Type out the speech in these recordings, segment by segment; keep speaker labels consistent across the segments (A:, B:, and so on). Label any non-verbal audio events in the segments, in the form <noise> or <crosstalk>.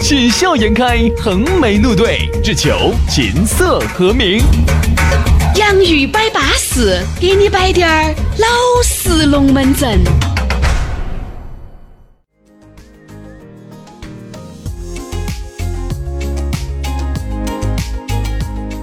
A: 喜笑颜开，横眉怒对，只求琴瑟和鸣。
B: 洋芋摆巴士，给你摆点儿老式龙门阵。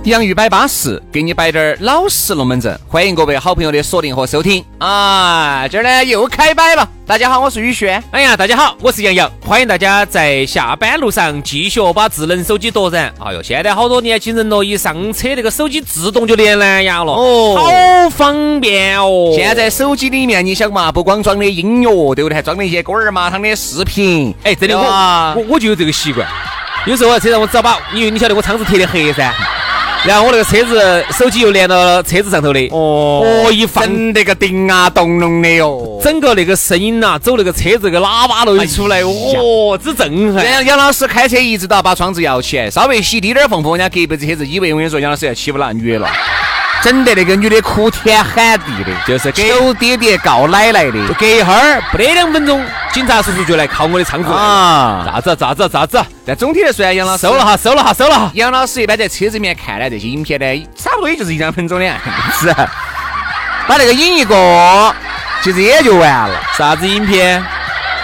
C: 洋芋摆巴适，给你摆点儿老实龙门阵。欢迎各位好朋友的锁定和收听啊！这儿呢又开摆了。大家好，我是宇轩。
D: 哎呀，大家好，我是杨洋，欢迎大家在下班路上继续把智能手机夺燃。哎呦，现在好多年轻人咯，一上车那个手机自动就连蓝牙了，
C: 哦
D: 好方便哦。
C: 现在手机里面，你想嘛，不光装的音乐，对不对？还装的一些歌儿麻汤的视频。
D: 哎，真的我
C: 啊
D: 我，我就有这个习惯，有时候我在车上我只要把，因为你晓得我窗子贴的黑噻，然后我那个车子手机又连到车子上头的，
C: 哦
D: 哦一放
C: 整那个叮啊咚咚的哟。
D: 整个那个声音呐、走那个车子那个喇叭都一出
C: 哎
D: 来，哦，之震撼
C: 这。样，哎杨老师开车一直都要把窗子摇起来，稍微洗低点儿缝缝，人家隔壁车子以为我跟你说，杨老师要欺负那女的了，整得那个女的哭天喊地的，
D: 就是给
C: 求爹爹告奶奶的
D: 隔一会儿，不得两分钟，警察叔叔就来铐我的窗子来了。
C: 啊。
D: 咋子咋子咋子？
C: 但总体来说啊，杨老师
D: 收了哈，收了哈，收了哈。
C: 杨老师一般在车子里面看来这些影片呢，差不多也就是一两分钟的样 <laughs> 子，啊把那个影一过，其实也就完了。
D: 啥子影片？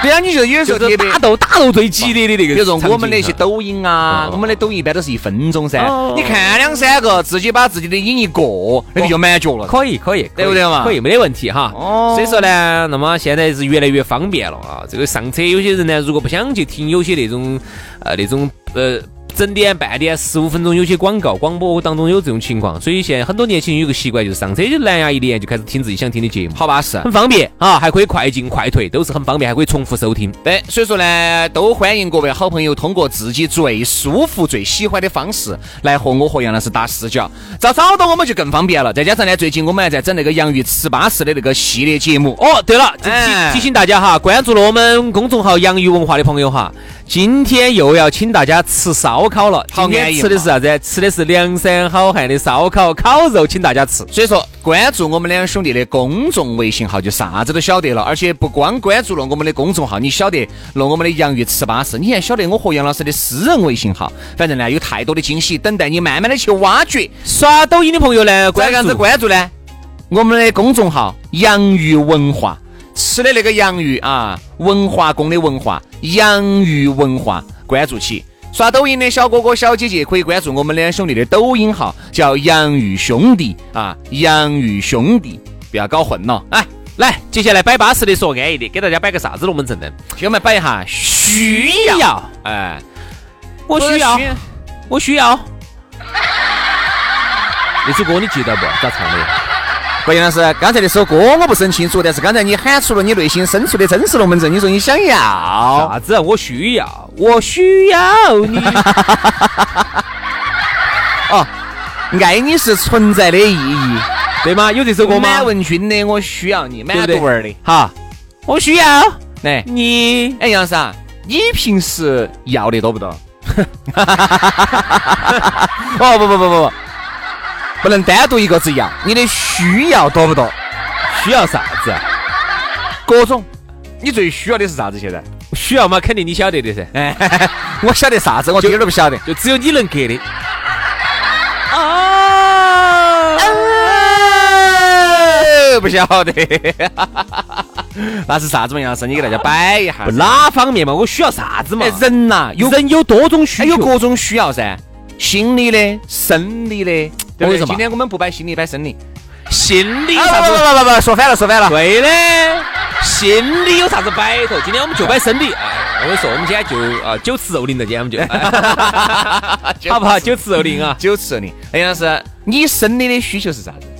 C: 对啊，你就有时
D: 就
C: 候特
D: 是
C: 别
D: 打斗打斗最激烈的那个。
C: 比如说我们那些，抖音啊
D: 哦，
C: 我们的抖音一般都是一分钟噻
D: 哦，
C: 你看两三个，自己把自己的影一过，那个就满脚了。
D: 可以可以，
C: 对不对嘛
D: 可以没得问题哈。
C: 哦
D: 所以说呢，那么现在是越来越方便了啊。这个上车有些人呢，如果不想去听有些那种呃那种呃。整点、半点、十五分钟，有些广告、广播当中有这种情况，所以现在很多年轻人有个习惯，就是上车就蓝牙一连就开始听自己想听的节目，
C: 好巴适。
D: 很方便啊，还可以快进快退，都是很方便，还可以重复收听。
C: 对，哎所以说呢，都欢迎各位好朋友通过自己最舒服、最喜欢的方式来和我和杨老师打私交。找找到我们就更方便了，再加上呢，最近我们还在整那个洋芋吃巴适的那个系列节目。
D: 哦，对了，这
C: 哎
D: 提提醒大家哈，关注了我们公众号“洋芋文化”的朋友哈，今天又要请大家吃烧烤了。今
C: 好安
D: 天
C: 逸
D: 吃的是啥子？吃的是梁山好汉的烧烤烤肉，请大家吃。
C: 所以说，关注我们两兄弟的公众微信号就啥子都晓得了，而且不光关注了我们的公众号，你晓得了我们的洋芋吃巴适，你还晓得我和杨老师的私人微信号。反正呢，有太多的惊喜等待你慢慢的去挖掘。
D: 刷抖音的朋友呢，
C: 咋
D: 关
C: 个样子
D: 注
C: 关注呢？我们的公众号“洋芋文化”，吃的那个洋芋啊，文化宫的文化，洋芋文化，关注起。刷抖音的小哥哥小姐姐可以关注我们两兄弟的抖音号，叫“洋芋兄弟”啊，“洋芋兄弟”，不要搞混了。
D: 哎，来，接下来摆巴适的说安逸的，给大家摆个啥子龙门阵呢？
C: 给我们摆一下需要，
D: 要，
C: 哎，
D: 我需要，我需要。那首歌你记得不？咋唱的？
C: 关键老师，刚才那首歌我不是很清楚，但是刚才你喊出了你内心深处的真实龙门阵，你说你想要，
D: 啥子？啊我需
C: <laughs>
D: 要，我需要你。
C: 爱你是存在的意义。
D: 对吗？有这首歌吗？
C: 满文军的我需要你，满
D: 对不对
C: 读文的。
D: 哈，我需要
C: 来，
D: 你。
C: 哎，杨老师啊，你平时要的多 <laughs> 不多？哦不不不不不，不能单独一个字要，你的需要多不多？
D: 需要啥子啊？
C: 各种，你最需要的是啥子？现在？
D: 需要嘛，肯定你晓得的噻，
C: 哎， <laughs> 我晓得啥子，我一点儿都不晓得。
D: 就只有你能给的。啊！
C: 哎不晓得， <laughs> 那是啥子嘛？杨老师，你给大家摆一下。
D: 哪方面嘛？我需要啥子嘛
C: 哎？人呐、有
D: 人有多种需
C: 哎，
D: 求，
C: 有各种需要噻，心理的、生理的。
D: 我跟你说嘛
C: 今天我们不摆心理，摆生理。
D: 心理
C: 啊不
D: 有啥子？
C: 不不，说反了，说反了。
D: <laughs> 对的，心理有啥子摆头？今天我们就摆生理。哎，我跟你说，我们今天就啊酒池肉林了，今天我们就，哎
C: <laughs>
D: 好不好？酒池肉林啊！
C: 九次的，哎，杨老师，你生理的需求是啥子？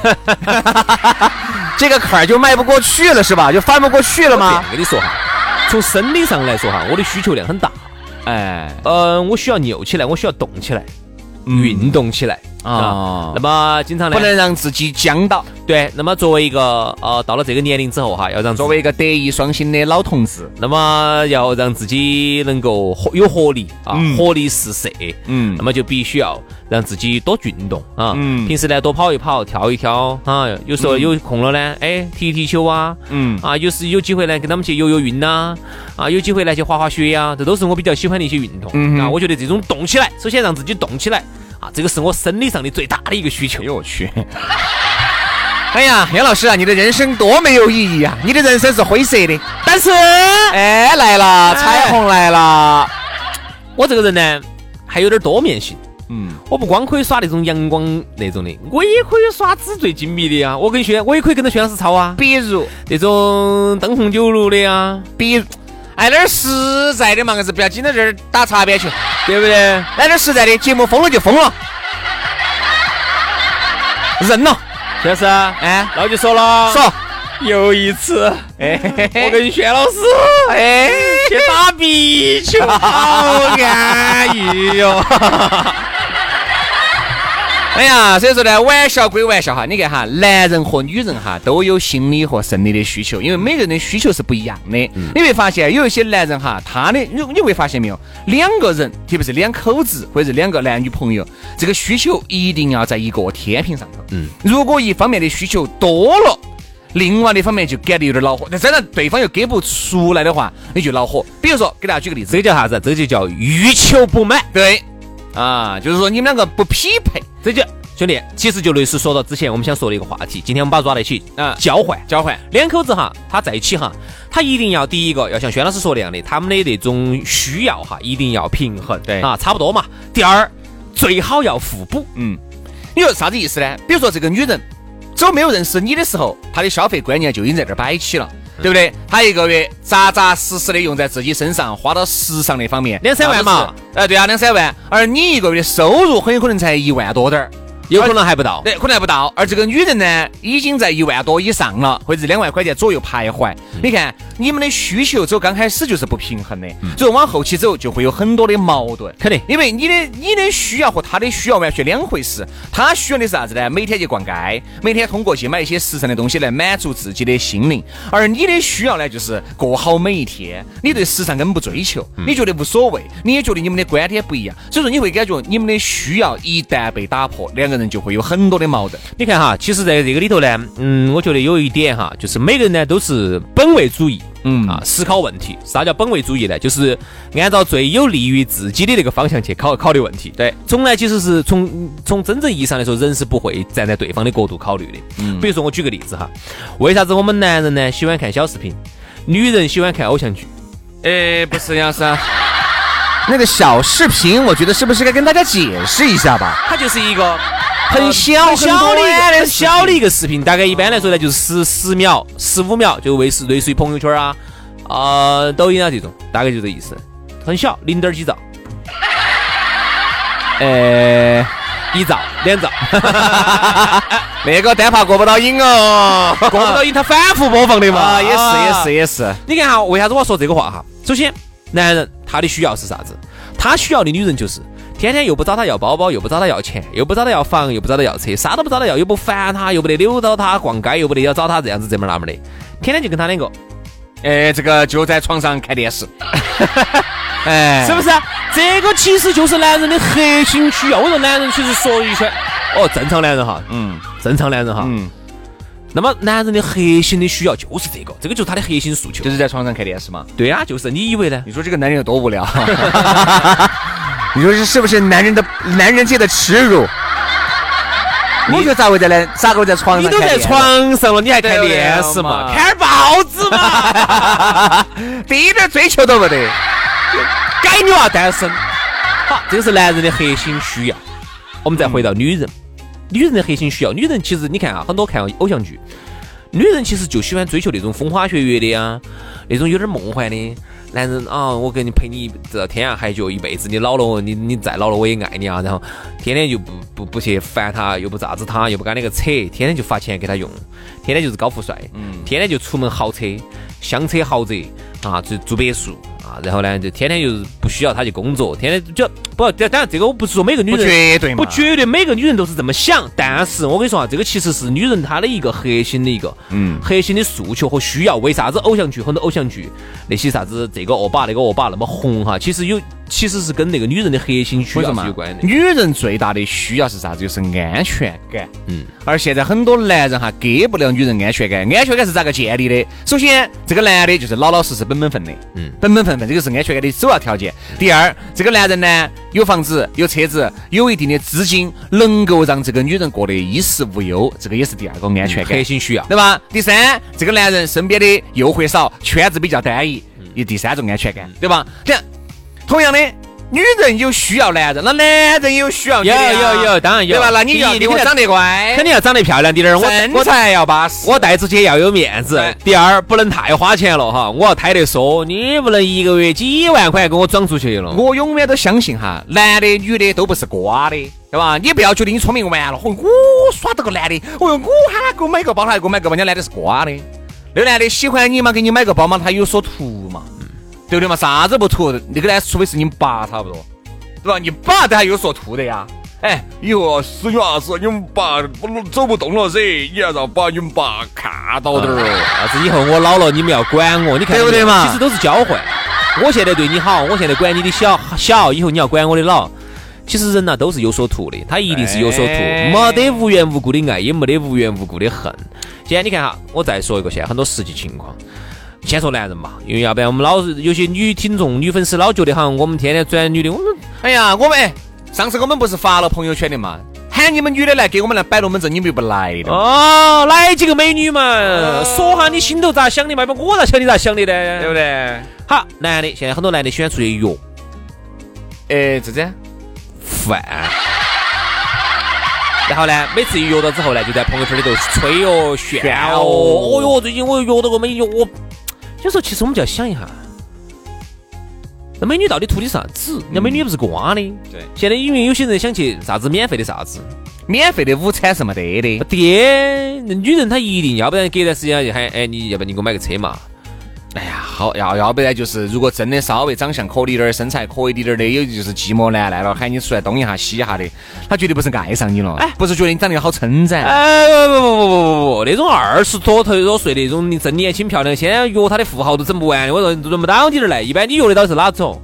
C: <laughs> 这个坎儿就迈不过去 <laughs> 了是吧？就翻不过去了
D: 我这
C: 吗
D: 样？跟你说哈，从生理上来说哈，我的需求量很大。
C: 哎，
D: 呃，我需要扭起来，我需要动起来，运动起来啊。
C: 哦
D: 那么经常呢
C: 不，能让自己僵到。
D: 对，那么作为一个呃到了这个年龄之后哈，要让自己
C: 作为一个德艺双馨的老同志，
D: 那么要让自己能够活有活力啊，活力四射。
C: 嗯
D: 那么就必须要让自己多运动啊。
C: 嗯
D: 平时呢多跑一跑，跳一跳啊。有时候有空了呢，哎，踢一踢球啊。
C: 嗯
D: 啊，有时有机会呢，跟他们去游游泳呐、啊，有机会呢去滑滑雪呀、这都是我比较喜欢的一些运动。
C: 嗯哼
D: 啊，我觉得这种动起来，首先让自己动起来啊，这个是我生理上的最大的一个需求
C: 哎。呦我去！哎呀，杨老师啊，你的人生多没有意义啊！你的人生是灰色的。
D: 但是，
C: 哎，来了，彩虹来了。
D: 我这个人呢，还有点多面性。
C: 嗯，
D: 我不光可以耍那种阳光那种的，我也可以耍纸醉金迷的呀。我跟薛，我也可以跟着薛老师操啊，
C: 比如，
D: 那种灯红酒绿的啊呀，
C: 比如，哎，那儿实在的嘛，硬是不要紧到这儿打擦边球。
D: 对不对？
C: 来点实在的，节目封了就封了，认了。
D: 薛老师，哎，
C: 啊
D: 那我就说哎了，
C: 说，
D: 有一次，我跟薛老师， <laughs> 哎，去打壁球，好安逸哟。
C: 哎呀，所以说呢，玩笑归玩笑哈，你看哈，男人和女人哈都有心理和生理的需求，因为每个人的需求是不一样的。
D: 嗯
C: 你会发现有一些男人哈，他的你你会发现没有，两个人，特别是两口子或者是两个男女朋友，这个需求一定要在一个天平上头。嗯，如果一方面的需求多了。另外的一方面就感觉有点恼火，但真的对方又给不出来的话，你就恼火。比如说，给大家举个例子，
D: 这叫 <laughs> 啥子？这就叫欲求不满。
C: 对，啊，就是说你们两个不匹配，
D: 这就兄弟，其实就类似说到之前我们想说的一个话题，今天我们把它抓在一起
C: 啊
D: 呃交换。
C: 交换。
D: 两口子哈，他在一起哈，他一定要第一个要像轩老师说的那样的，他们的那种需要哈，一定要平衡，
C: 对
D: 啊，差不多嘛。第二，最好要互补，
C: 你说啥子意思呢？比如说这个女人，走没有认识你的时候，她的消费观念就已经在这儿摆起了，对不
D: 嗯
C: 对？她一个月扎扎实实的用在自己身上，花到时尚那方面，
D: 两三万嘛
C: 或者是。哎，对啊，两三万。而你一个月收入很有可能才一万多点儿，
D: 有可能还不到。
C: 对，可能还不到。而这个女人呢，已经在一万多以上了，或者是两万块钱左右徘徊。
D: 嗯
C: 你看，你们的需求走刚开始就是不平衡的，
D: 嗯
C: 所以往后期走就会有很多的矛盾。
D: 肯定
C: 因为你的你的需要和他的需要完全两回事。他需要的是啥子呢？每天去逛街，每天通过去买一些时尚的东西来满足自己的心灵。而你的需要呢，就是过好每一天。你对时尚根本不追求，你觉得无所谓，你也觉得你们的观点不一样，所以说你会感觉你们的需要一旦被打破，两个人就会有很多的矛盾。
D: 你看哈，其实在这个里头呢，嗯，我觉得有一点哈，就是每个人呢都是本位主义，
C: 嗯
D: 啊，思考问题。啥叫本位主义呢？就是按照最有利于自己的那个方向去考考虑问题。
C: 对，
D: 从来其实是从从真正意义上来说，人是不会站在对方的角度考虑的。嗯，比如说我举个例子哈，为啥子我们男人呢喜欢看小视频，女人喜欢看偶像剧？
C: 哎，不是杨生，那个小视频，我觉得是不是该跟大家解释一下吧？
D: 它就是一 <laughs> 个
C: 很小
D: 很小的一
C: 很
D: 个
C: 短
D: 很
C: 的
D: 小的一个视频，大概一般来说呢就是十十秒、十五秒，就类似类似于朋友圈啊、呃抖音啊这种，大概就这意思，很小，零点几 <laughs> 兆，
C: 呃，
D: 一兆、两兆，
C: 那个单怕过不到瘾哦。
D: 过 <laughs> 不到瘾，它反复播放的嘛。
C: 啊，也是，也是也是，
D: 你看哈，为啥子我要说这个话哈？首先，男人他的需要是啥子？他需要的女人就是天天又不找他要包包，又不找他要钱，又不找他要房，又不找他要车，啥都不找他要，又不烦他，又不得扭到他，逛街又不得要找他这样子这么那么的，天天就跟他两个，
C: 哎，这个就在床上看电 <laughs> 视，哎，
D: 是不
C: 是？
D: 是？这个其实就是男人的核心需要。我说男人其实说一圈，哦，正常男人哈，
C: 嗯
D: 正常男人哈，
C: 嗯，
D: 那么男人的核心的需要就是这个，这个就是他的核心诉求
C: 就。是在床上看电视嘛。
D: 对啊，就是你以为呢？
C: 你说这个男人有多无 <laughs> 聊？你说这是不是男人的男人界的耻辱？我觉得咋会在那咋个会在床
D: 你
C: 上？
D: 都在，床上了，你还看电视嘛？
C: 对
D: 看点报纸
C: <laughs>
D: 嘛？
C: 第一点追求都没得。
D: 该女娃单身。好，这个是男人的核心需要。我们再回到女人，女人的核心需要，女人其实你看啊，很多看偶像剧，女人其实就喜欢追求那种风花雪月的呀，那种有点梦幻的。男人啊，我跟你陪你这天涯海角一辈子，你老了，你你再老了我也爱你啊。然后天天就不不不去烦他，又不咋子他，又不跟那个扯，天天就发钱给他用，天天就是高富帅，天天就出门豪车、香车豪宅啊，住住别墅啊，啊，然后呢，就天天就是不需要她去工作，天天就不，当然这个我不是说每个女
C: 不
D: 人
C: 绝对嘛，
D: 不绝对每个女人都是这么想，但是我跟你说啊，这个其实是女人她的一个核心的一个，
C: 嗯
D: 核心的诉求和需要。为啥子偶像剧很多偶像剧那些啥子这个恶霸那个恶霸那么红哈？其实有其实是跟那个女人的核心需
C: 为
D: 要
C: 什么
D: 是有关的。
C: 女人最大的需要是啥子？就是安全感。
D: 嗯，
C: 而现在很多男人哈给不了女人安全感，安全感是咋个建立的？首先，这个男的就是老老实实、本本分的，
D: 嗯
C: 本本分分，这个是安全感的首要条件。第二，这个男人呢有房子、有车子、有一定的资金，能够让这个女人过得衣食无忧，这个也是第二个安全感
D: 核。心需要，
C: 对吧？第三，这个男人身边的诱惑少，圈子比较单一，
D: 嗯
C: 有第三种安全感，对吧？这样，同样的，女人有需要男人，那男人也有需要女
D: 有
C: 人啊
D: 有有，当然有。
C: 对吧？那你要
D: 第一
C: 给
D: 你
C: 我
D: 肯定
C: 长得乖，
D: 肯定要长得漂亮点儿，我
C: 身
D: 我
C: 材要巴适。
D: 我带出去要有面子
C: 哎。
D: 第二，不能太花钱了哈，我要抬得说，你不能一个月几万块给我装出去了。
C: 我永远都相信哈，男的女的都不是瓜的，对吧？你不要觉得你聪明完了，哦，我耍到个男的，哦哟，我喊他给我买个包，他还给我买个包，人家男的是瓜的。那男的喜欢你嘛，给你买个包嘛，他有所图嘛，对不对嘛？啥子不图？那个男除非是你爸，差不多，对吧？你爸对他有所图的呀。哎，哟，师兄啊，是你们爸不走不动了噻，你要让把你们爸看 <laughs> 到点儿。
D: 哎啥子以后我老了你们要管我，你看
C: 对不对嘛
D: 其实都是交换。我现在对你好，我现在管你的小小，以后你要管我的老。其实人呐、都是有所图的，他一定是有所图，
C: 哎
D: 没得无缘无故的爱，也没得无缘无故的恨。现在你看哈，我再说一个现在很多实际情况。先说男人嘛，因为啊要不然我们老是有些女听众、女粉丝老觉得好像我们天天转女的，我们
C: 哎呀，我们哎上次我们不是发了朋友圈的嘛，喊你们女的来给我们来摆龙门阵，你们又不来的。
D: 哦，来几个美女嘛，说下你心头咋想的嘛，要不我咋晓得你咋想的呢？
C: 嗯对不对？
D: 好，男的现在很多男的喜欢出去约
C: 哎，这子，
D: 饭， <laughs> 然后呢，每次一约到之后呢，就在朋友圈里头吹哦炫哦，哦哟，最近我又约到个美女，我有时候其实我们就要想一下，那美女到底图的啥子？那美女也不是瓜的。
C: 对
D: 现在因为有些人想去啥子免费的啥子，
C: 免费的午餐是没得的。
D: 爹，那女人她一定，要不然隔段时间就喊，哎，你要不然你给我买个车嘛？
C: 哎呀，好要要不然就是，如果真的稍微长相可以点儿，身材可以点儿的，有就是寂寞难耐了，喊你出来东一下西一下的，他绝对不是爱上你了，哎，不是觉得你长得好称赞，
D: 哎，不不不不不不，那种二十多头多岁那种，你真年轻漂亮，现在约她的富豪都整不完的，我说轮不到你这儿来。一般你约得到是哪种？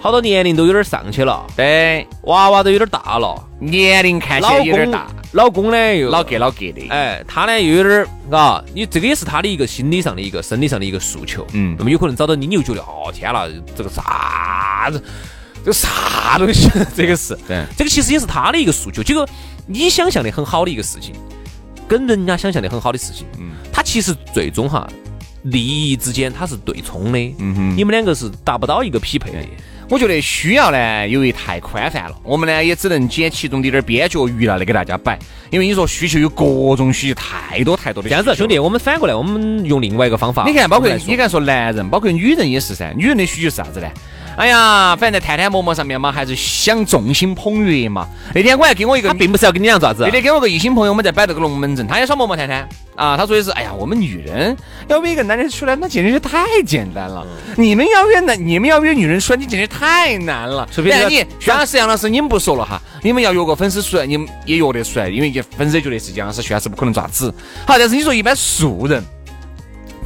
D: 好多年龄都有点上去了，
C: 对，
D: 娃娃都有点大了，
C: 哎年龄看起
D: 老
C: 来
D: 公
C: 有点大，
D: 老公呢又
C: 老给老给的，
D: 哎，他呢又有点儿，嘎，你这个也是他的一个心理上的一个生理上的一个诉求。
C: 嗯
D: 那么有可能找到你，你又觉得哦天啦，这个啥子，这个啥东西，这个是，
C: 对
D: 这个其实也是他的一个诉求。这个你想象的很好的一个事情，跟人家想象的很好的事情，
C: 嗯，
D: 他其实最终哈。利益之间它是对冲的，
C: 嗯哼
D: 你们两个是达不到一个匹配的。
C: 我觉得需要呢，由于太宽泛了，我们呢也只能捡其中的点儿边角余来的给大家摆，因为你说需求有各种需求，太多太多的。
D: 这样子啊，兄弟，，我们反过来，我们用另外一个方法。
C: 你看，包括
D: 我们来说
C: 你刚才说男人，包括女人也是噻，女人的需求是啥子呢？哎呀，反正在探探陌陌上面嘛，还是想众星捧月嘛。那天我还给我一个
D: 他，并不是要跟你两咋子
C: 那
D: 啊，
C: 天给我个异性朋友，我们在摆这个龙门阵，他也耍陌陌探探啊。他说的是，哎呀，我们女人要约一个男人出来，那简直是太简单了。
D: 嗯
C: 你们要约男，你们要约女人出来，你简直太难了。
D: 除非
C: 但
D: 是
C: 你薛老师、杨老师，你们不说了哈，你们要约个粉丝出来，你们也约得出来，因为这粉丝也觉得是杨老师、薛老师不可能爪子。好，但是你说一般素人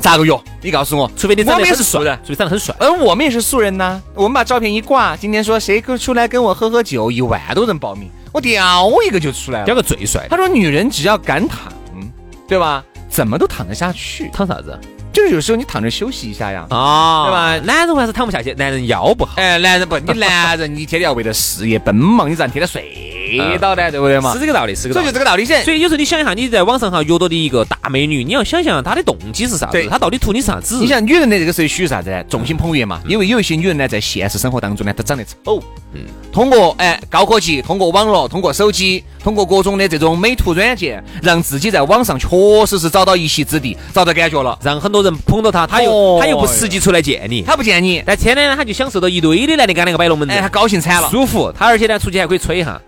C: 咋个约？你告诉我，
D: 除非你长
C: 我
D: 得
C: 们也
D: 很
C: 是
D: 帅
C: 熟人，
D: 除非长得很帅。
C: 而我们也是素人呐、我们把照片一挂，今天说谁跟出来跟我喝喝酒，一万多人报名，我屌一个就出来
D: 挑
C: 了。
D: 个最帅的，
C: 他说女人只要敢躺，对吧？怎么都躺得下去，哦
D: 躺啥子
C: 就是有时候你躺着休息一下呀。
D: 啊？
C: 对吧
D: 男人还是躺不下去，男人腰不好。
C: 哎，男人不，你男人你天天要为了事业奔忙，你咋天天睡到呢？对不对嘛
D: 是？这个道理，是这个
C: 哎
D: 道
C: 所以就
D: 理。
C: 这个道理噻。
D: 所以有时候你想一下，你在网上哈约到的一个大美女，你要想想她的动机是啥子
C: 对，
D: 她到底图你啥子？
C: 你想女人的这个时候需要啥子呢？众星捧月嘛，因为有一些女人呢，在现实生活当中呢，她长得丑。哦通过哎高科技，通过网络，通过手机，通过各种的这种美图软件，让自己在网上确实是找到一席之地，找到感觉了。
D: 让很多人捧到她，她
C: 哦
D: 又她又不实际出来见你，
C: 她不见你，
D: 但天天呢，她就享受到一堆的男的跟她两个摆龙门
C: 哎，她
D: 阵，
C: 高兴惨了。
D: 舒服。她而且呢，出去还可以吹一下。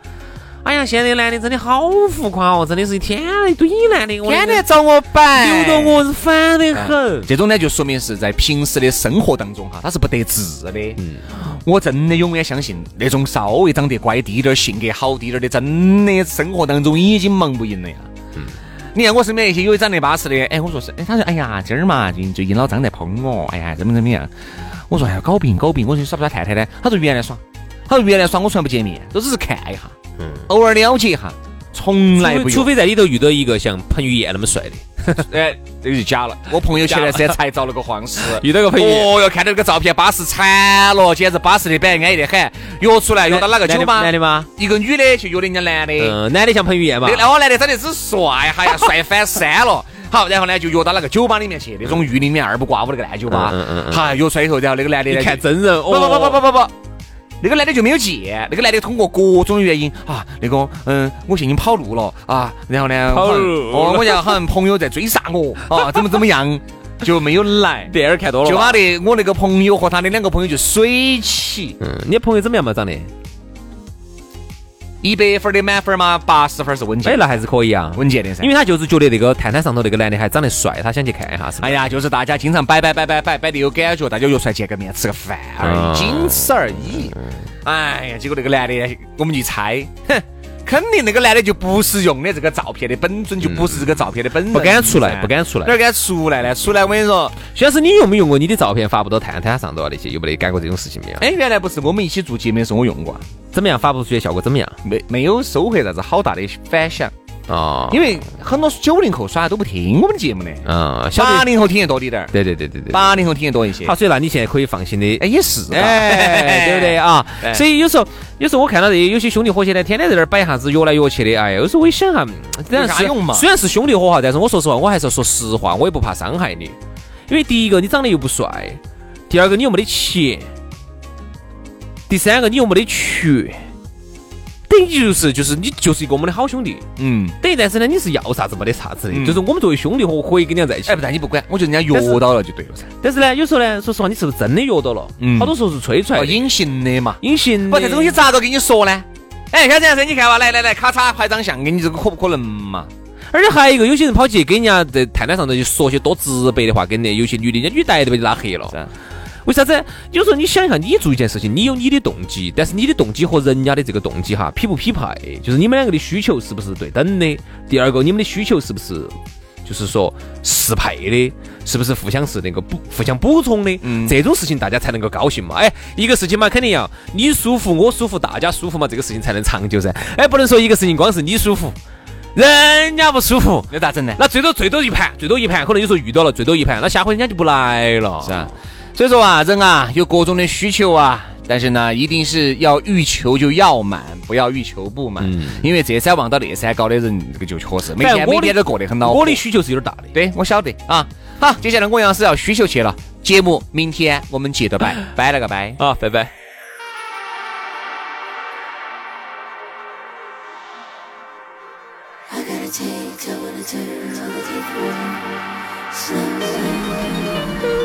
D: 哎呀，现在男的真的好浮夸哦，真的是一天一堆男的，我
C: 天哎天找我摆，
D: 留得我是烦得很。
C: 这种呢，就说明是在平时的生活当中哈，他是不得志的。嗯，我真的永远相信，那种稍微长得乖滴点儿、性格好滴点儿的，真的生活当中已经忙不赢了呀。你看我身边一些有长得巴适的，哎，我说是，哎，他说，哎呀，今儿嘛，最最近老张在捧我，哎呀，怎么怎么样？我说，哎呀，搞不赢，搞不赢，我说你耍不耍太太呢？他说原来耍，他说原来耍，我从来不见面，都只是看一下，偶尔了解一下，从来
D: 除
C: 不
D: 非
C: 用
D: 除非在里头遇到一个像彭于晏那么帅的，
C: 哎，这个就假了。我朋友前段时间才找了
D: <laughs>
C: 个黄师，
D: 遇到个彭于晏
C: 哦哟，看到那个照片巴适惨了，简直巴适的板，安逸的很。约出来约到哪个酒吧？
D: 男的男的吗？
C: 一个女的去约的人家男的，
D: 嗯，男的像彭于晏嘛
C: 那，那我男的长得只帅，哈呀， <laughs> 帅翻山了。好，然后呢就约到那个酒吧里面去，那种狱里面二不挂五那个烂酒吧
D: 嗯嗯嗯。嗯
C: 哈，约出来以后，然后那个男的
D: 你
C: 呢
D: 看
C: 就
D: 真人，哦
C: 不不不不不不不，那个男的就没有借，那个男的通过各种原因啊，那个嗯，我现在已经跑路了啊，然后呢，
D: 跑
C: 我好像
D: 路
C: 哦，我像好像朋友在追杀我啊，怎么怎么样，就没有
D: <laughs>
C: 来。
D: 电影看多了
C: 就
D: 吧
C: 他的我那个朋友和他的两个朋友就水起，
D: 嗯，你朋友怎么样嘛？长得，
C: 一百分的满分嘛，八十分是稳
D: 哎，
C: 健，
D: 那还是可以啊，
C: 稳健的噻
D: 因。为他就是觉得那个探探上头那个男的还长得帅，他想去看一下，是吧？
C: 哎呀，就是大家经常摆摆摆摆摆摆的有感觉，大家约出来见个面吃个饭而
D: 啊
C: 已，仅此而已。哎呀，结果那个男的，我们一猜，哼，肯定那个男的就不是用的这个照片的本尊，就不是这个照片的本人，
D: 嗯不敢出
C: 噻
D: 来，不敢出来
C: 哪。儿敢出来呢？出来我跟你说，
D: 先是你用没用过你的照片发布到探探上头啊？那些有没得干过这种事情没有？
C: 哎，原来不是我们一起做节目的时候我用过啊，
D: 怎么样发布出去的效果怎么样？
C: 没没有收获啥子好大的反响，
D: 哦，
C: 因为很多九零后耍都不听我们节目的，
D: 嗯，晓
C: 八
D: 得，
C: 零后听得多一点儿，
D: 对对对对对。
C: 八零后听得多一些
D: 好，。所以那你现在可以放心的
C: 哎，也是啊，
D: 哎， <laughs> 对不对啊？所以有时候，有时候我看到这些有些兄弟伙现在天天在那儿摆啥子约来约去的，哎呀，有时候我一想哈，虽然
C: 有啥
D: 是
C: 用嘛
D: 虽然是兄弟伙哈，但是我说实话，我还是要说实话，我也不怕伤害你，因为第一个你长得又不帅，第二个你又没得钱，第三个你又没得缺，等于就是就是你就是一个我们的好兄弟，
C: 嗯。
D: 等于但是呢你是要啥子没得啥子的，
C: 嗯
D: 就是我们作为兄弟伙可以跟人家在一起
C: 哎，，不但你不管，我觉得人家
D: 但是
C: 约到了就对了噻。
D: 但是呢有时候呢，说实话你是不是真的约到了？
C: 嗯
D: 好多时候是吹出来
C: 哦，
D: 的，
C: 隐形的嘛。
D: 隐形
C: 不，
D: 的
C: 这东西咋个跟你说呢？哎，小先生，你看吧，来来来，咔嚓拍张相，给你这个可不可能嘛？
D: 而且还有一个，有些人跑去给人家在探探上头去说些多直白的话，跟那有些女的，人家女逮都被拉黑了。为啥子？有时候你想一下，你做一件事情，你有你的动机，但是你的动机和人家的这个动机哈匹不匹配？就是你们两个的需求是不是对等的？第二个，你们的需求是不是就是说适配的？是不是互相是那个补互相补充的？
C: 嗯
D: 这种事情大家才能够高兴嘛。哎，一个事情嘛，肯定要你舒服，我舒服，大家舒服嘛，这个事情才能长久噻。哎，不能说一个事情光是你舒服，人家不舒服。
C: 那咋整呢？
D: 那最多最多一盘，最多一盘，可能有时候遇到了最多一盘，那下回人家就不来了。
C: 是啊，所以说啊，人啊有各种的需求啊，但是呢，一定是要欲求就要满，不要欲求不满，因为这山望到那山高的人，这个就确实
D: 嗯
C: 每
D: 反正
C: 天
D: 我
C: 每
D: 的
C: 天都过得很恼火。
D: 我的需求是有点大的。
C: 对，我晓得啊。好，接下来我杨是要需求去了，节目明天我们接
D: <gasps>
C: 着摆，摆了个摆。
D: 啊，拜拜。
E: I gotta <laughs> take, I wanna turn, I wanna take one slow.